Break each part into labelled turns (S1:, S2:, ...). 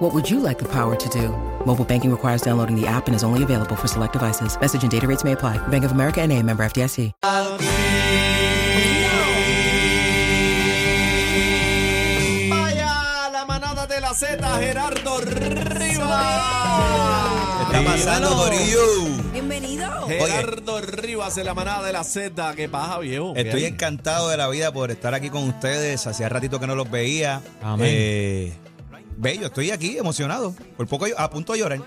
S1: What would you like the power to do? Mobile banking requires downloading the app and is only available for select devices. Message and data rates may apply. Bank of America and a member FDIC.
S2: Vaya la manada de la Z, Gerardo Rivas.
S3: Está pasando por you.
S4: Bienvenido.
S2: Gerardo Rivas en la manada de la Z. ¿Qué pasa, viejo? ¿Qué
S3: Estoy
S2: hay?
S3: encantado de la vida por estar aquí con ustedes. Hacía ratito que no los veía.
S5: Amén.
S3: Eh, bello, estoy aquí emocionado. Por poco yo- a punto de llorar.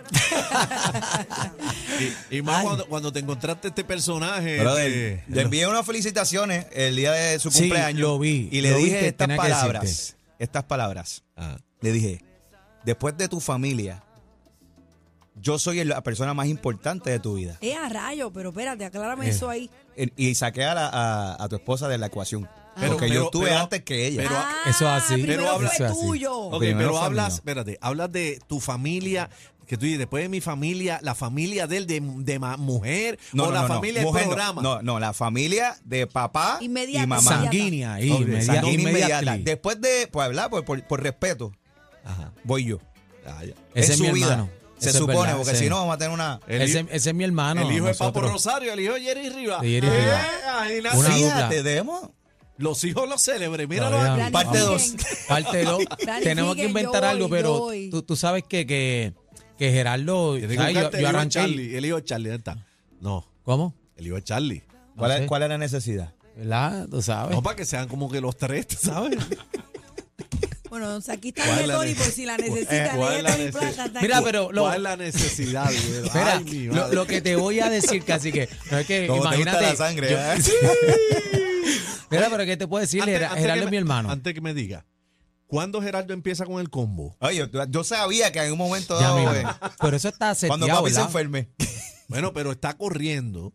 S2: Y, y más cuando, cuando te encontraste este personaje.
S3: Brother,
S2: este,
S3: le envié unas felicitaciones el día de su
S5: Sí,
S3: cumpleaños.
S5: lo vi,
S3: Y le
S5: lo vi
S3: dije
S5: que
S3: estas
S5: tenía que
S3: palabras.
S5: decirte.
S3: Estas palabras.
S2: ah,
S3: Le dije, después de tu familia, yo soy el- la persona más importante de tu vida.
S4: Eh, a rayo, pero espérate, aclárame
S5: Eh.
S4: eso ahí.
S3: Y y saqué a, la- a- a tu esposa de la ecuación.
S2: Pero-
S3: porque
S2: pero-
S3: yo estuve
S2: pero-
S3: antes que ella.
S2: pero-
S4: ah,
S5: eso es así.
S4: Primero
S2: Pero habla-
S5: eso
S4: fue
S5: es así.
S4: tuyo.
S2: Ok,
S3: primero
S2: pero
S3: familia.
S2: hablas, espérate, hablas de tu familia. Que tú dices, después de mi familia, la familia de él, de, de ma- mujer, o la familia del
S3: mujer no.
S2: programa.
S3: No, no, la familia de papá
S4: Inmediata.
S3: y mamá.
S5: Sanguínea y
S3: Ok,
S5: inmedia-
S3: sanguínea inmediata.
S5: immediately.
S3: Después de, pues hablar, por, por- por respeto,
S2: Ajá.
S3: voy yo.
S2: Ah, ya.
S3: Es
S5: Ese es
S3: su
S5: mi
S3: vida.
S5: hermano.
S3: Se
S5: Eso es
S3: supone,
S5: verdad,
S3: porque
S5: sí.
S3: si no vamos a tener una.
S2: El,
S5: ese,
S2: hi-
S5: ese es mi hermano.
S2: el hijo de Papo
S5: nosotros.
S2: Rosario, el hijo de Jerry Rivas. Eh,
S5: De Jerry Rivas.
S2: ahí
S5: Una
S2: nació.
S5: dupla.
S3: Fíjate, debemos.
S2: Los hijos los célebres, míralo
S5: Todavía
S2: aquí.
S5: no.
S3: Parte
S4: Planifiquen.
S3: dos.
S5: Parte dos.
S4: Planifiquen,
S5: Tenemos que
S4: yo
S5: inventar
S4: voy,
S5: algo,
S4: yo
S5: pero
S4: voy.
S5: tú, tú sabes que, que, que Gerardo.
S2: Tiene que
S5: ¿sabes? Yo,
S2: buscarte
S5: yo
S2: el hijo de
S5: arranqué.
S2: Charlie. El hijo de Charlie, ¿dónde está? No,
S5: ¿Cómo?
S2: el hijo de Charlie.
S3: ¿Cuál,
S5: No
S3: es-
S5: sé.
S3: cuál es la necesidad?
S5: ¿Verdad? Tú sabes.
S2: No, para que sean como que los tres, ¿tú ¿sabes?
S4: Bueno, entonces aquí está
S2: ¿Cuál
S4: el
S2: la
S4: Tony
S2: ne-
S4: por si la
S2: Eh,
S4: necesitas.
S2: ¿cuál
S4: Lee
S2: la
S4: Tony
S2: neces-
S4: Plata, está
S5: Mira,
S4: aquí.
S5: Ah, pero lo,
S2: ¿Cuál es la necesidad, güey?
S5: espera,
S2: Ay, mi
S5: lo,
S2: madre.
S5: lo que te voy a decir, casi que. No es que
S3: Como te gusta
S5: imagínate.
S3: la sangre, ¿eh?
S5: yo-
S3: ¿verdad?
S5: mira, pero ¿qué te puedo decir?
S2: ¿eh? Antes-
S5: Gera-
S2: antes
S5: Gerardo
S2: que
S5: es
S2: me-
S5: mi hermano.
S2: Antes que me diga, ¿cuándo Gerardo empieza con el combo?
S3: Oye, yo, yo sabía que en un momento
S5: Ya,
S3: dado,
S5: mira,
S3: eh,
S5: Pero eso está
S3: cuando
S5: seteado,
S3: papi se
S5: ¿verdad?
S3: enferme,
S2: Bueno, pero está corriendo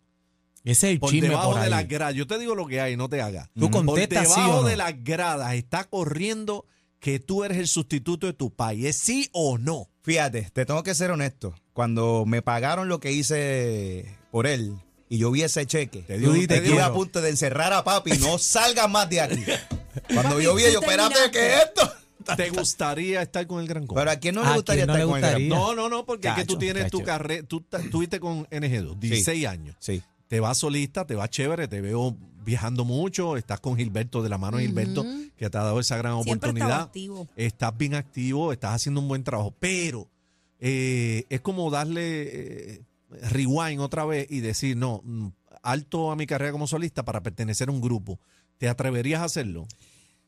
S5: Ese es el
S2: por
S5: chisme
S2: debajo
S5: por ahí.
S2: de las gradas. Yo te digo lo que hay, no te hagas. Mm.
S5: Tú
S2: Por
S5: contestas sí
S2: debajo
S5: o no.
S2: de las gradas está corriendo que tú eres el sustituto de tu país. ¿Es sí o no?
S3: fíjate, te tengo que ser honesto. Cuando me pagaron lo que hice por él y yo vi ese cheque,
S2: Te
S5: Tú
S2: digo,
S5: di
S2: te
S5: te
S2: digo
S3: Estuve a
S5: quiero.
S3: punto de encerrar a papi, no salgas más de aquí. Cuando yo vi,
S4: tú
S3: yo, espérate,
S4: terminaste.
S3: ¿qué es esto?
S2: ¿Te gustaría estar con el gran combo?
S3: Pero a quién no
S5: ¿A
S3: le
S5: quién
S3: gustaría
S5: no
S3: estar
S5: le
S3: con el
S5: gustaría?
S3: gran-
S2: No, no, no, porque es que tú
S5: Cacho,
S2: tienes tu
S5: cacho.
S2: carrera, tú ta- estuviste con NG2, 16 años.
S3: Sí.
S2: Te va solista, te va chévere, te veo viajando mucho, estás con Gilberto, de la mano de Gilberto, que te ha dado esa gran
S4: Siempre estaba
S2: oportunidad.
S4: activo.
S2: Estás bien activo, estás haciendo un buen trabajo, pero eh, es como darle eh, rewind otra vez y decir, no, mm, alto a mi carrera como solista para pertenecer a un grupo. ¿Te atreverías a hacerlo?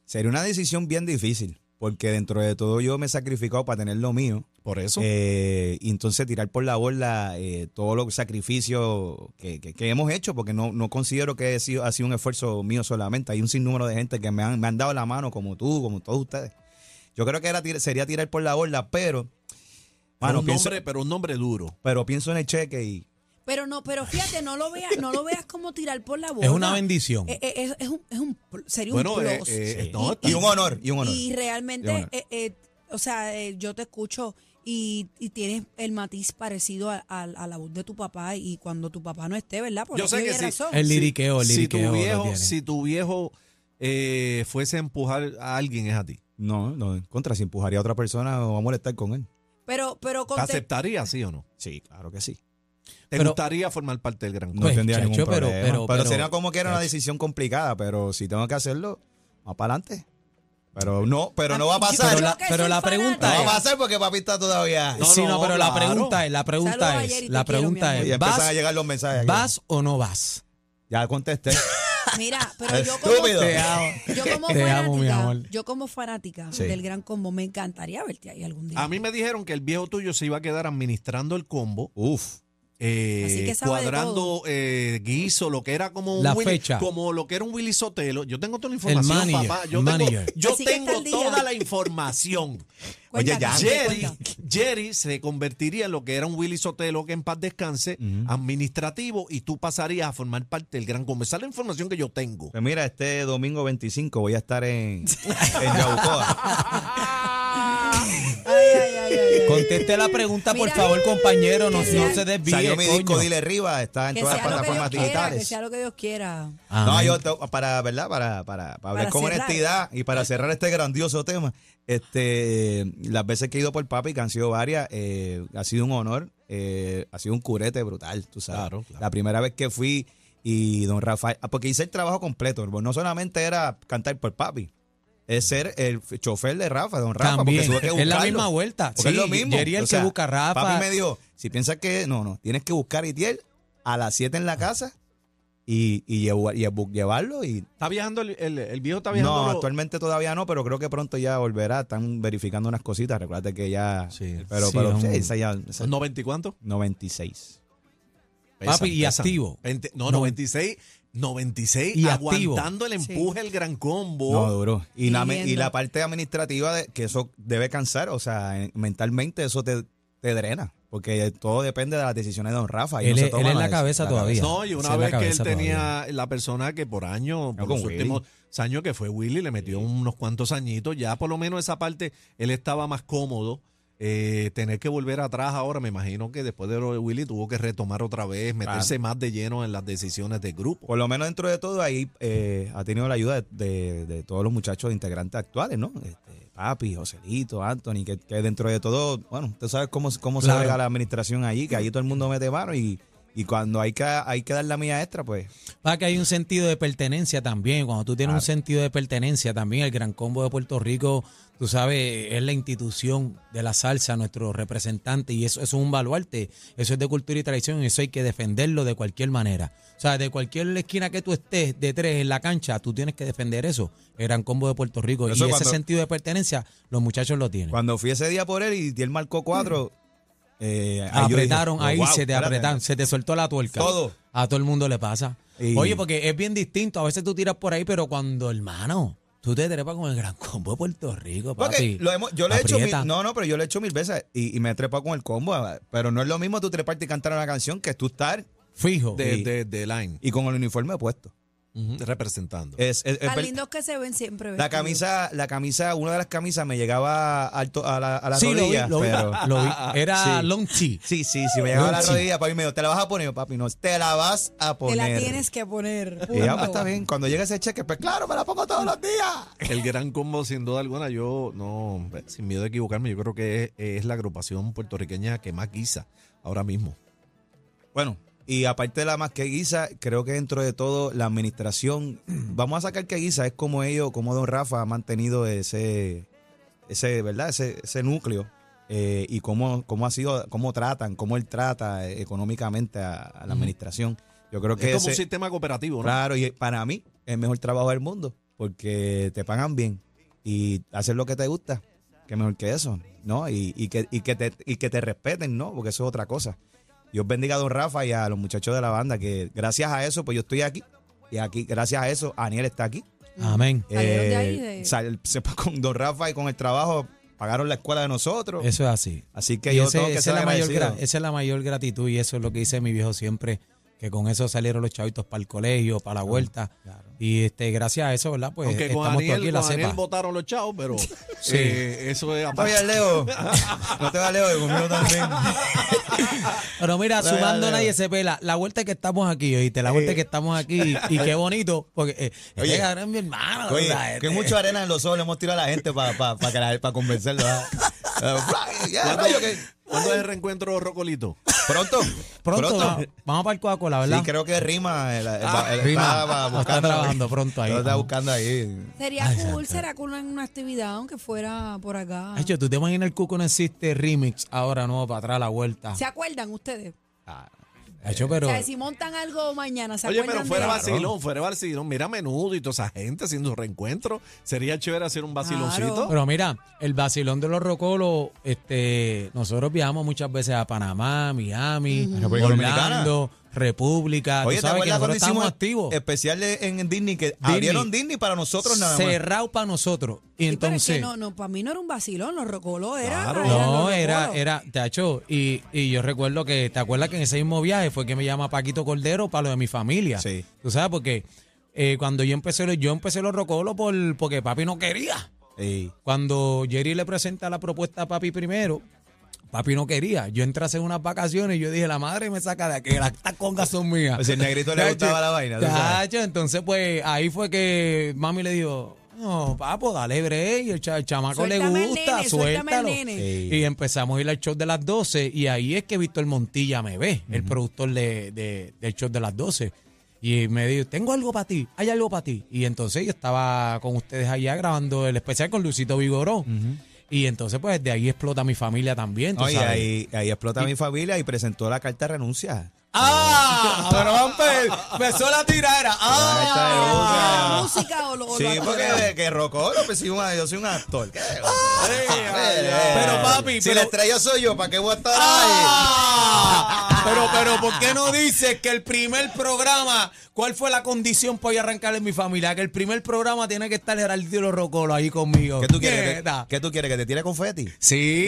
S3: Sería una decisión bien difícil, porque dentro de todo yo me he sacrificado para tener lo mío.
S2: Por eso.
S3: Eh, y entonces tirar por la borda eh, todos los sacrificios que, que- que hemos hecho, porque no, no considero que he sido- ha sido un esfuerzo mío solamente. Hay un sinnúmero de gente que me han, me han dado la mano, como tú, como todos ustedes. Yo creo que era, tir- sería tirar por la borda, pero...
S2: Pero
S3: Mano,
S2: un
S3: pienso-
S2: nombre, pero un nombre duro.
S3: pero pienso en el cheque y...
S4: Pero no, pero fíjate, no lo veas, no lo veas como tirar por la boca.
S5: Es una bendición.
S4: es, es un, es un pl- sería
S2: Bueno,
S4: un
S2: eh,
S4: plus.
S2: eh,
S4: Y-
S2: no,
S3: Y un honor, y un honor.
S4: Y
S3: De
S4: realmente,
S3: honor.
S4: eh, eh, o sea, eh, yo te escucho y, y tienes el matiz parecido a, a- a la voz de tu papá y cuando tu papá no esté, ¿verdad? Por
S2: Yo sé que sí.
S5: El
S2: Si-
S5: liriqueo, el
S2: si tu
S5: liriqueo lo
S2: viejo,
S5: tiene.
S2: si tu viejo eh, fuese a empujar a alguien, es a ti.
S3: No, no, en contra, si empujaría a otra persona o va a molestar con él.
S4: Pero, pero
S2: ¿Te
S4: conte-
S2: aceptaría, sí o no?
S3: Sí, claro que sí.
S2: ¿Te
S5: Pero-
S2: gustaría formar parte del gran
S3: No
S5: Pues,
S2: combo?
S3: tendría ningún
S5: chacho, pero-
S3: problema. Pero,
S5: pero- pero-
S3: sería como que era una
S5: chacho.
S3: decisión complicada, pero si tengo que hacerlo, más para adelante. Pero no, pero no va a
S4: Yo-
S3: pasar.
S4: yo
S5: la-
S4: que
S5: Pues, pero
S4: soy
S5: la
S3: no
S5: pregunta
S3: va
S4: fanática.
S3: a pasar porque papi está todavía.
S2: No,
S5: sí, no,
S2: no,
S5: pero la
S2: claro.
S5: pregunta es,
S4: Saludos
S5: la
S4: a
S5: pregunta
S4: Jerry, te
S5: es, la
S4: quiero, mi
S5: pregunta
S4: amor.
S3: Y
S5: es,
S3: empiezan
S5: ¿vas,
S3: a llegar los mensajes. aquí.
S5: vas o no vas?
S3: Ya contesté.
S4: Mira, pero yo como,
S3: Estúpido. Te
S4: yo como
S5: Te amo, mi
S4: fanática,
S5: amor.
S4: yo como fanática
S3: Sí.
S4: del gran combo, me encantaría verte ahí algún día.
S2: A mí me dijeron que el viejo tuyo se iba a quedar administrando el combo
S3: Uf.
S2: eh,
S4: Así que sabe de
S2: cuadrando
S4: todo.
S2: eh, guiso, lo que era como un
S5: La
S2: Willy-
S5: fecha.
S2: como lo que era un Willy Sotelo. Yo tengo toda la información,
S5: manager,
S2: papá. Yo
S5: el
S2: tengo,
S5: manager.
S2: yo
S4: Así que está
S2: tengo
S4: al día.
S2: toda la información.
S4: Cuenta,
S3: Oye, ya.
S4: Carlos,
S2: Jerry,
S4: cuenta.
S2: Jerry se convertiría en lo que era un Willy Sotelo, que en paz descanse, administrativo, y tú pasarías a formar parte del Gran Combo. Esa es la información que yo tengo.
S3: Pues mira, este domingo 25 voy a estar en, en Yaucoa.
S4: Ay, ay, ay, ay, ay.
S5: Conteste la pregunta, por
S4: Mira,
S5: favor, compañero. No,
S4: que
S5: no
S4: sea-
S5: se desvíe.
S3: Salió mi disco,
S5: coño.
S3: dile arriba, está en
S4: Que
S3: todas las
S4: sea lo que Dios
S3: plataformas
S4: quiera, que
S3: digitales.
S4: sea lo que Dios quiera.
S5: Amén.
S3: No, yo te- para, ¿verdad? Para, para, para hablar
S4: Para
S3: con
S4: cerrar.
S3: honestidad y para cerrar este grandioso tema, este, las veces que he ido por papi, que han sido varias, eh, ha sido un honor, eh, ha sido un curete brutal, tú sabes.
S2: Claro, claro.
S3: La primera vez que fui y don Rafael, ah, porque hice el trabajo completo, no solamente era cantar por papi, es ser el chofer de Rafa, don Rafa,
S5: También.
S3: porque tuve que
S5: Es la
S3: buscarlo.
S5: misma vuelta.
S3: Porque es
S5: Sí,
S3: lo mismo.
S5: Jerry el
S3: O
S5: que busca a Rafa.
S3: Papi me dijo, si piensas que, no, no, tienes que buscar a Itiel a las 7 en la casa y, y, llevo- y bu- llevarlo y
S2: ¿Está viajando el, el- el viejo? ¿Está viajando?
S3: no
S2: lo-
S3: actualmente todavía no pero creo que pronto ya volverá están verificando unas cositas recuérdate que ya
S2: Sí.
S3: pero
S5: Sí,
S3: pero
S5: aún-
S3: sí, esa ya esa-
S2: ¿90 y cuánto?
S3: 96
S5: Papi, y
S2: pesan.
S5: activo.
S2: Veinte- no,
S5: No.
S2: 96, 96
S5: Y activo.
S2: aguantando el empuje, el gran
S5: Oh.
S2: combo.
S3: no duró y la, me- y
S4: Viviendo.
S3: la parte administrativa de- que eso debe cansar o sea en- mentalmente eso te, te drena porque todo depende de las decisiones de don Rafa y
S5: Él
S3: no se
S5: es- él
S3: toma
S5: es la
S3: des-
S5: cabeza todavía.
S2: No, y una
S5: Se la
S2: vez que él
S5: cabeza
S2: tenía la persona que por año, por
S3: con
S2: los
S3: Willy.
S2: últimos años que fue Willy, le metió unos cuantos añitos, ya por lo menos esa parte él estaba más cómodo. Eh, tener que volver atrás ahora, me imagino que después de lo de Willy tuvo que retomar otra vez, meterse más de lleno en las decisiones del grupo.
S3: por lo menos dentro de todo ahí eh, ha tenido la ayuda de, de- de todos los muchachos integrantes actuales no Este, papi Joselito Anthony que, que dentro de todo bueno tú sabes cómo cómo
S5: Claro.
S3: se ve la administración allí que allí todo el mundo mete mano y y cuando hay que hay que dar la mía extra pues
S5: Para que hay un sentido de pertenencia también. Cuando tú tienes un sentido de pertenencia también, el Gran Combo de Puerto Rico, tú sabes, es la institución de la salsa, nuestro representante, y eso, eso es un baluarte. Eso es de cultura y tradición, y eso hay que defenderlo de cualquier manera. O sea, de cualquier esquina que tú estés, de tres en la cancha, tú tienes que defender eso, el Gran Combo de Puerto Rico.
S3: Pero
S5: Y
S3: eso
S5: ese
S3: cuando-
S5: sentido de pertenencia, los muchachos lo tienen.
S3: Cuando fui ese día por él y él marcó cuatro, eh, ahí yo
S5: apretaron
S3: dije,
S5: ahí,
S3: "Wow,
S5: se te
S3: espérate".
S5: apretaron, se te soltó la tuerca.
S3: Todo.
S5: A todo el mundo le pasa.
S3: Y-
S5: Oye, porque es bien distinto. A veces tú tiras por ahí, pero cuando, hermano, tú te trepas con el gran combo de Puerto Rico, papi.
S3: Porque lo hemos- yo lo he hecho mil,
S5: Aprieta.
S3: no, no, pero yo lo he hecho mil veces y, y me he trepado con el combo, pero no es lo mismo tú treparte y cantar una canción que tú estar
S5: Fijo.
S2: De,
S3: Sí.
S2: de, de line,
S3: y con el uniforme puesto.
S2: Ujú, representando.
S3: Es, es- es
S4: Tan
S3: per-
S4: lindos que se ven siempre.
S3: la
S4: vestidos.
S3: camisa, la camisa, una de las camisas me llegaba alto a la, a la
S5: sí, lo vi,
S3: rodilla,
S5: lo vi,
S3: pero-
S5: lo vi. Era
S3: Sí.
S5: long tee.
S3: Sí, sí, sí, me llegaba a la
S5: Luchi.
S3: rodilla, papi me dijo, te la vas a poner, papi, no, te la vas a
S4: Te
S3: poner.
S4: la tienes que poner.
S3: Y ya, pues,
S4: punto.
S3: está bien, cuando llega ese cheque, pues claro, me la pongo todos los días.
S2: El gran combo, sin duda alguna, yo no, sin miedo de equivocarme, yo creo que es, es la agrupación puertorriqueña que más guisa ahora mismo.
S3: Bueno, y aparte de la más que guisa, creo que dentro de todo la administración,
S2: Mm.
S3: vamos a sacar que guisa es como ellos, como Don Rafa ha mantenido ese, ese, ¿verdad? Ese, ese núcleo eh, y cómo, cómo ha sido, cómo tratan, cómo él trata eh, económicamente a, a la administración. Yo creo
S2: Es
S3: que
S2: como un
S3: ese-
S2: sistema cooperativo, ¿no?
S3: Claro, y para mí el mejor trabajo del mundo, porque te pagan bien y haces lo que te gusta, que mejor que eso, ¿no? Y, y que, y, que te, y que te respeten, ¿no? Porque eso es otra cosa. Dios bendiga a don Rafa y a los muchachos de la banda, que gracias a eso, pues yo estoy aquí. Y aquí, gracias a eso, Aniel está aquí. Eh,
S5: Amén.
S4: Salieron de ahí de-
S3: sal- sepa, con don Rafa y con el trabajo, pagaron la escuela de nosotros.
S5: Eso es así.
S3: Así que
S5: Y
S3: yo
S5: ese-
S3: tengo que
S5: esa,
S3: ser
S5: es la mayor
S3: agradecido.
S5: gra- esa es la mayor gratitud y eso es lo que dice mi viejo siempre, que con eso salieron los chavitos para el colegio, para la vuelta. Y este, gracias a eso, ¿verdad? Pues
S2: Aunque con
S5: estamos todos aquí
S2: Daniel,
S5: en la
S2: con Aniel
S5: cepa.
S2: votaron los chavos, pero
S5: Sí.
S2: eh, eso es aparte.
S3: Oye, Leo, no te va Leo, que conmigo también.
S5: Pero mira,
S3: Dale,
S5: sumando
S3: dale,
S5: nadie
S3: dale.
S5: se pela. La vuelta que estamos aquí, oíste, la vuelta que estamos aquí. Y qué bonito, porque eh, este
S3: Oye.
S5: cabrón es mi hermano. o
S3: Oye,
S5: sea,
S3: que
S5: este-
S3: mucho arena en los ojos le hemos tirado a la gente para pa, pa que la- pa convencerlo. ¿verdad? Eh, ya, rayo, que-
S2: ¿Cuándo es el reencuentro, Rocolito?
S3: Pronto,
S5: Pronto, va- vamos para el Coca-Cola, ¿verdad?
S3: Sí, creo que rima. El, el-
S5: Ah,
S3: el-
S5: Rima.
S3: estaba
S5: Lo está trabajando pronto ahí.
S3: Lo está
S5: Ah.
S3: buscando ahí.
S4: Sería cool, será cool en una actividad, aunque fuera por acá.
S5: Hacho, ¿tú te imaginas el cuco no existe remix ahora no para atrás la vuelta?
S4: ¿Se acuerdan ustedes?
S5: Hacho, pero,
S4: o sea, si montan algo mañana, ¿se
S2: Oye, pero
S4: acuerdan
S2: fuera
S4: de-
S2: vacilón, fuera vacilón. Mira a menudo y toda esa gente haciendo reencuentro. Sería chévere hacer un vaciloncito.
S5: pero mira, el vacilón de los rocolos, este, nosotros viajamos muchas veces a Panamá, Miami,
S3: República
S5: Orlando, República.
S3: Oye,
S5: tú
S3: ¿te
S5: sabes que
S3: acuerdas cuando
S5: nosotros estamos
S3: hicimos
S5: activos.
S3: especial de- en Disney que
S5: Disney.
S3: abrieron Disney para nosotros nada más?
S5: Cerrado para nosotros. Y
S4: Sí, pero es que
S5: entonces.
S4: no, no, para mí no era un vacilón, los rocolos era.
S2: Claro.
S4: eran los
S5: No, era,
S4: rocolos.
S5: era, tacho, y, y yo recuerdo que, ¿te acuerdas que en ese mismo viaje fue que me llama Paquito Cordero para lo de mi familia?
S3: Sí.
S5: Tú sabes, porque eh, cuando yo empecé, lo- yo empecé los rocolos por, porque papi no quería.
S3: Ey.
S5: Cuando Jerry le presenta la propuesta a papi primero, papi no quería. Yo entré a hacer unas vacaciones y yo dije, la madre me saca de aquí, las estas congas son mías.
S3: O sea, Pues el negrito le
S5: Tacho,
S3: gustaba la vaina, tú sabes.
S5: tacho, entonces pues ahí fue que mami le dijo, no, papo, dale break, el, cha- el chamaco
S4: Suéltame
S5: le
S4: al
S5: gusta,
S4: nene, suéltame al
S5: suéltalo.
S4: nene.
S5: Sí. Y empezamos a ir al show de las 12 y ahí es que Víctor Montilla me ve, el productor de, de- del show de las 12. Y me dijo, tengo algo para ti, hay algo para ti. Y entonces yo estaba con ustedes allá grabando el especial con Lucito Vigoró. Y entonces pues de ahí explota mi familia también. tú
S3: Oye,
S5: sabes.
S3: ahí, ahí explota mi familia y presentó la carta de renuncia.
S5: ¡Ah! Pero vamos, empezó la tiradera. Ah,
S3: La carta de
S4: Ah,
S3: renuncia.
S4: la música o lo, o
S3: Sí,
S4: lo-
S3: porque de que Ah, Rocolo, pues sí, una- yo soy un actor. ¿Qué?
S5: eh. Pero, papi,
S3: si
S5: pero-
S3: la estrella soy yo, ¿para qué voy a estar ahí?
S5: Ah, Pero, pero, ¿por qué no dices que el primer programa, cuál fue la condición para yo arrancar en mi familia? Que el primer programa tiene que estar Geraldito y los Rocolos ahí conmigo.
S3: ¿Qué tú quieres? Que,
S5: Nieta.
S3: ¿Qué tú quieres? ¿Que te tire confeti?
S5: Sí.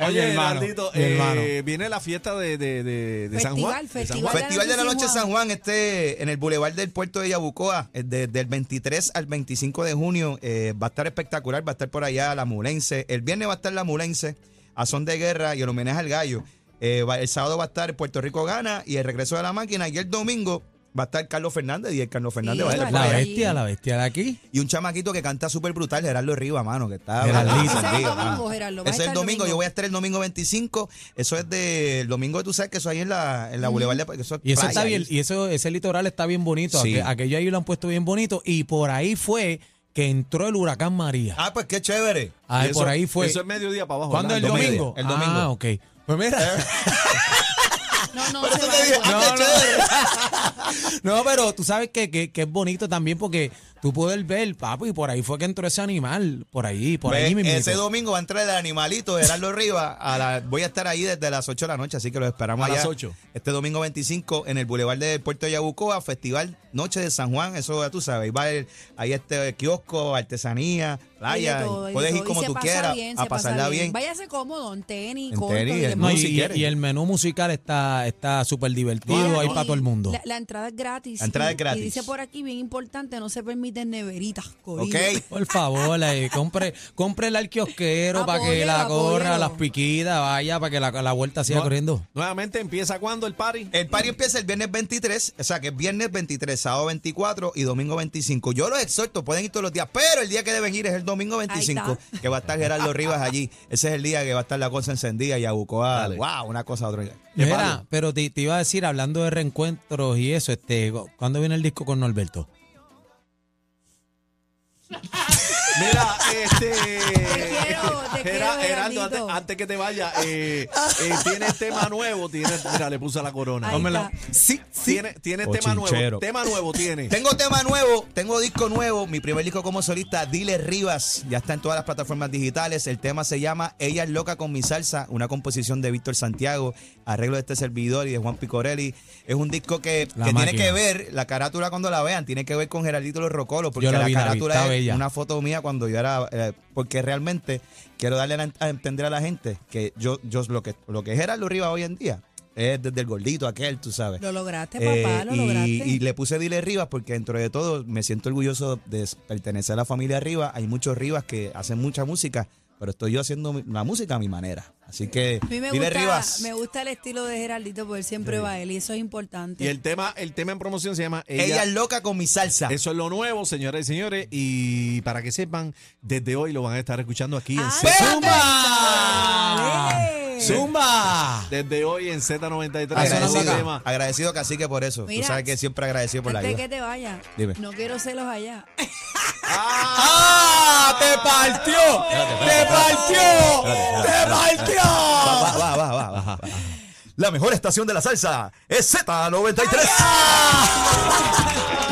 S2: Oye,
S5: mi hermano,
S2: Heraldito,
S5: mi
S2: eh,
S5: hermano.
S2: viene la fiesta de, de- de- de San
S4: Festival,
S2: Juan. de San Juan.
S4: Igual
S3: Festival
S4: la
S3: de la
S4: noche
S3: Noche
S4: en
S3: San Juan, este, en el Boulevard del Puerto de Yabucoa, eh, de- del 23 al 25 de junio, eh, va a estar espectacular, va a estar por allá la Mulense. El viernes va a estar la Mulense, a son de guerra y el homenaje al gallo. Eh, va- el sábado va a estar Puerto Rico gana y el regreso de la máquina. Y el domingo va a estar Carlos Fernández y el Carlos Fernández va a estar por
S5: La
S3: allá.
S5: bestia, la bestia de aquí.
S3: Y un chamaquito que canta súper brutal, Gerardo Riva, mano, que está...
S5: Geraldito.
S3: Ese
S4: Ese es el domingo,
S3: mano.
S4: Gerardo, vas
S3: Ese
S4: a
S3: es el
S4: estar el
S3: domingo,
S4: domingo.
S3: yo voy a estar el domingo 25, eso es de... El domingo, tú sabes que eso ahí en la, en la Boulevard de... Eso es
S5: Y eso
S3: playa,
S5: está bien,
S3: ahí.
S5: y eso, ese litoral está bien bonito.
S3: Sí.
S5: Aqu- Aquello ahí lo han puesto bien bonito. Y por ahí fue que entró el huracán María.
S3: Ah, pues qué chévere.
S5: Ah,
S2: Y eso-
S5: por ahí fue.
S2: Eso es mediodía para abajo.
S5: ¿Cuándo el
S2: Orlando.
S3: Domingo.
S5: domingo?
S3: Ah, El domingo.
S5: Ah, ok. Pues mira.
S4: No, no,
S3: Por
S4: se
S3: eso
S4: va
S3: te dije,
S4: a
S3: ah,
S5: No,
S3: qué
S5: no.
S3: chévere.
S5: No, pero tú sabes que, que, que es bonito también porque tú puedes ver, papi, y por ahí fue que entró ese animal, por ahí, por
S3: Ve,
S5: ahí mismo.
S3: ese domingo va a entrar el animalito de Gerardo Rivas. A la- voy a estar ahí desde las 8 de la noche, así que los esperamos
S2: A
S3: allá.
S2: las 8.
S3: Este domingo 25 en el Boulevard del Puerto de Yabucoa, Festival Noche de San Juan. Eso ya tú sabes. Ahí va el- ahí este kiosco, artesanía,
S4: Hay de
S3: playa.
S4: todo, hay de
S3: puedes
S4: todo.
S3: ir
S4: Y
S3: como
S4: se
S3: tú
S4: pasa
S3: quieras
S4: bien,
S3: a
S4: se pasa
S3: pasarla bien.
S4: Váyase cómodo en tenis,
S3: En
S4: corto
S3: tenis,
S4: y
S3: en
S4: demás.
S5: No, y,
S3: si
S5: y-
S3: quieres.
S5: y el menú musical está está súper divertido
S4: Mira,
S5: ahí
S4: y
S5: para todo el mundo.
S4: La, la entrada es gratis.
S3: La entrada
S4: Y-
S3: es gratis.
S4: Y dice por aquí, bien importante, no se permiten neveritas,
S3: ¿Ok?
S4: corillo.
S5: Por favor, eh, compre, compre el kiosquero para que
S4: Apóyelo,
S5: la corra,
S4: apóyelo.
S5: las piquitas, vaya, para que la, la vuelta siga
S2: Nue-
S5: corriendo.
S2: Nuevamente empieza cuando el party.
S3: El party empieza el viernes 23, o sea que es viernes 23, sábado 24 y domingo 25. Yo los exhorto, pueden ir todos los días, pero el día que deben ir es el domingo 25,
S4: está.
S3: que va a estar Gerardo Rivas allí. Ese es el día que va a estar la cosa encendida y Abucoa.
S2: Dale.
S3: ¡Wow! Una cosa otra.
S2: Qué
S5: Mira,
S2: padre.
S5: pero te, te iba a decir, hablando de reencuentros y eso, este, ¿cuándo viene el disco con Norberto?
S2: Mira, este.
S4: quiero, te quiero,
S2: Gerardo, antes,
S4: Geraldito.
S2: antes que te vaya, eh, eh, tiene tema nuevo. Tiene, mira, le puse la corona.
S4: Ahí Tómela.
S2: Sí, sí. Tiene, tiene tema
S3: Bochinchero.
S2: nuevo. Tema nuevo tiene.
S3: Tengo tema nuevo, tengo disco nuevo, mi primer disco como solista, Dile Rivas, ya está en todas las plataformas digitales, el tema se llama Ella es loca con mi salsa, una composición de Víctor Santiago, arreglo de este servidor y de Juan Picorelli, es un disco que,
S5: La
S3: que tiene
S5: máquina.
S3: que ver, la carátula cuando la vean, tiene que ver con Geraldito Los Rocolos, porque
S5: Yo la
S3: la,
S5: vi, la vi,
S3: carátula
S5: está
S3: es
S5: bella.
S3: una foto mía cuando yo era, eh, porque realmente quiero darle a, a entender a la gente que yo, yo lo que lo que es Gerardo Rivas hoy en día es desde el gordito aquel, tú sabes.
S4: Lo lograste, Este papá,
S3: Eh,
S4: lo
S3: y,
S4: lograste.
S3: y le puse Dile Rivas porque dentro de todo me siento orgulloso de s- pertenecer a la familia Rivas. Hay muchos Rivas que hacen mucha música, pero estoy yo haciendo mi- la música a mi manera. Así que
S4: a mí me
S3: Dile
S4: gusta,
S3: Rivas.
S4: me gusta el estilo de Geraldito porque él siempre va él y eso es importante.
S2: Y el tema, el tema en promoción se llama
S3: ella,
S2: Ella.
S3: es loca con mi salsa.
S2: eso es lo nuevo, señoras y señores. Y para que sepan, desde hoy lo van a estar escuchando aquí en
S4: Ah,
S2: Z.
S4: espérate.
S5: ¡Zumba!
S4: Dale.
S5: ¡Zumba!
S2: Desde hoy en Z93.
S5: Ah, eso no
S2: nuevo
S5: toca.
S3: agradecido,
S2: tema.
S3: agradecido casi que por eso.
S4: Mira,
S3: Tú sabes que siempre agradecido por la
S4: Antes que
S3: vida.
S4: te vaya,
S3: Dime.
S4: no quiero celos allá.
S5: ¡Ah! ¡Te partió! ¡Te partió! ¡Te partió!
S3: Va, va, va, va, va, va. La mejor estación de la salsa es Z93.